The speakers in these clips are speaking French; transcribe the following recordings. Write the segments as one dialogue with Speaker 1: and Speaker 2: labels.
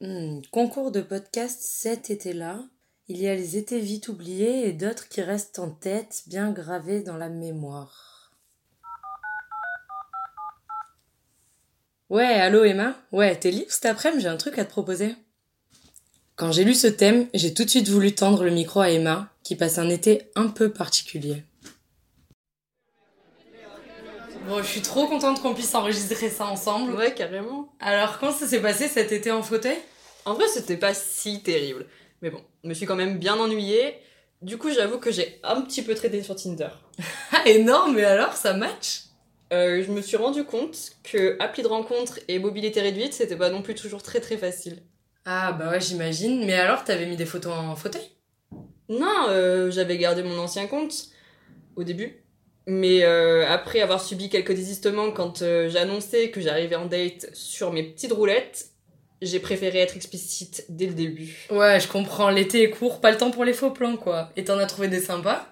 Speaker 1: Hmm, concours de podcast cet été-là. Il y a les étés vite oubliés et d'autres qui restent en tête, bien gravés dans la mémoire. Ouais, allô Emma Ouais, t'es libre cet après-midi J'ai un truc à te proposer. Quand j'ai lu ce thème, j'ai tout de suite voulu tendre le micro à Emma, qui passe un été un peu particulier. Bon, je suis trop contente qu'on puisse enregistrer ça ensemble.
Speaker 2: Ouais, carrément.
Speaker 1: Alors, comment ça s'est passé cet été en fauteuil
Speaker 2: En vrai, c'était pas si terrible. Mais bon, je me suis quand même bien ennuyée. Du coup, j'avoue que j'ai un petit peu traité sur Tinder.
Speaker 1: Ah, énorme, mais alors, ça match
Speaker 2: Euh, je me suis rendu compte que appli de rencontre et mobilité réduite, c'était pas non plus toujours très très facile.
Speaker 1: Ah, bah ouais, j'imagine. Mais alors, t'avais mis des photos en fauteuil
Speaker 2: Non, euh, j'avais gardé mon ancien compte au début. Mais euh, après avoir subi quelques désistements quand euh, j'annonçais que j'arrivais en date sur mes petites roulettes, j'ai préféré être explicite dès le début.
Speaker 1: Ouais, je comprends, l'été est court, pas le temps pour les faux plans, quoi. Et t'en as trouvé des sympas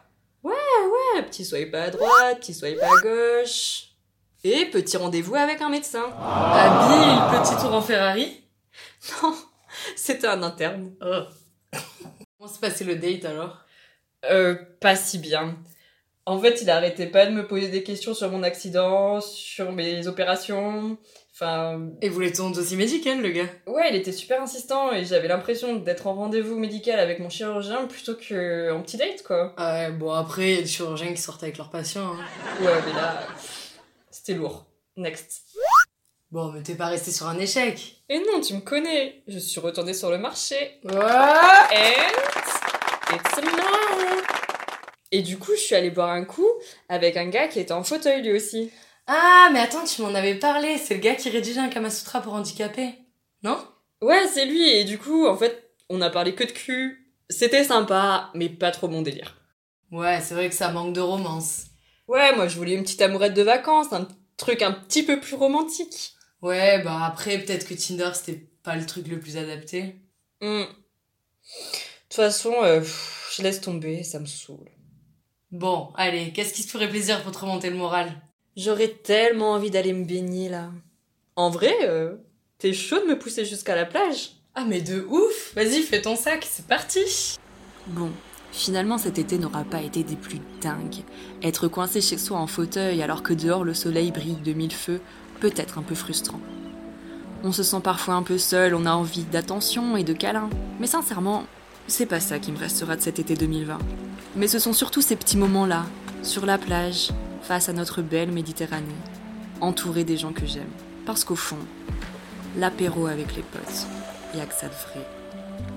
Speaker 2: Ah, petit swipe à droite, petit swipe à gauche. Et petit rendez-vous avec un médecin.
Speaker 1: Ah, Bill, petit tour en Ferrari
Speaker 2: Non, c'était un interne.
Speaker 1: Oh. Comment s'est passé le date, alors
Speaker 2: Euh, pas si bien. En fait, il arrêtait pas de me poser des questions sur mon accident, sur mes opérations. Enfin,
Speaker 1: Et voulait ton dossier médical, le gars
Speaker 2: ouais, il était super insistant et j'avais l'impression d'être en rendez-vous médical avec mon chirurgien plutôt que en petit date, quoi.
Speaker 1: Ouais, Euh, bon, après, il y a des chirurgiens qui sortent avec leurs patients. hein.
Speaker 2: Ouais, mais là, c'était lourd. Next.
Speaker 1: Bon, mais t'es pas resté sur un échec
Speaker 2: Et non, tu me connais. Je suis retournée sur le marché
Speaker 1: Ouais
Speaker 2: And it's a no. Et du coup, je suis allée boire un coup avec un gars qui était en fauteuil lui aussi.
Speaker 1: Ah, mais attends, tu m'en avais parlé, c'est le gars qui rédigeait un Kamasutra pour handicapés, non
Speaker 2: Ouais, c'est lui. Et du coup, en fait, on a parlé que de cul. C'était sympa, mais pas trop mon délire.
Speaker 1: Ouais, c'est vrai que ça manque de romance.
Speaker 2: Ouais, moi, je voulais une petite amourette de vacances, un truc un petit peu plus romantique.
Speaker 1: Ouais, bah après, peut-être que Tinder, c'était pas le truc le plus adapté.
Speaker 2: Hmm. De toute façon, euh, pff, je laisse tomber, ça me saoule.
Speaker 1: Bon, allez, qu'est-ce qui se ferait plaisir pour te remonter le moral
Speaker 2: J'aurais tellement envie d'aller me baigner là. En vrai, euh, t'es chaud de me pousser jusqu'à la plage
Speaker 1: Ah, mais de ouf Vas-y, fais ton sac, c'est parti
Speaker 3: Bon, finalement cet été n'aura pas été des plus dingues. Être coincé chez soi en fauteuil alors que dehors le soleil brille de mille feux peut être un peu frustrant. On se sent parfois un peu seul, on a envie d'attention et de câlins. Mais sincèrement, c'est pas ça qui me restera de cet été 2020. Mais ce sont surtout ces petits moments-là, sur la plage, face à notre belle Méditerranée, entouré des gens que j'aime. Parce qu'au fond, l'apéro avec les potes, y a que ça de vrai.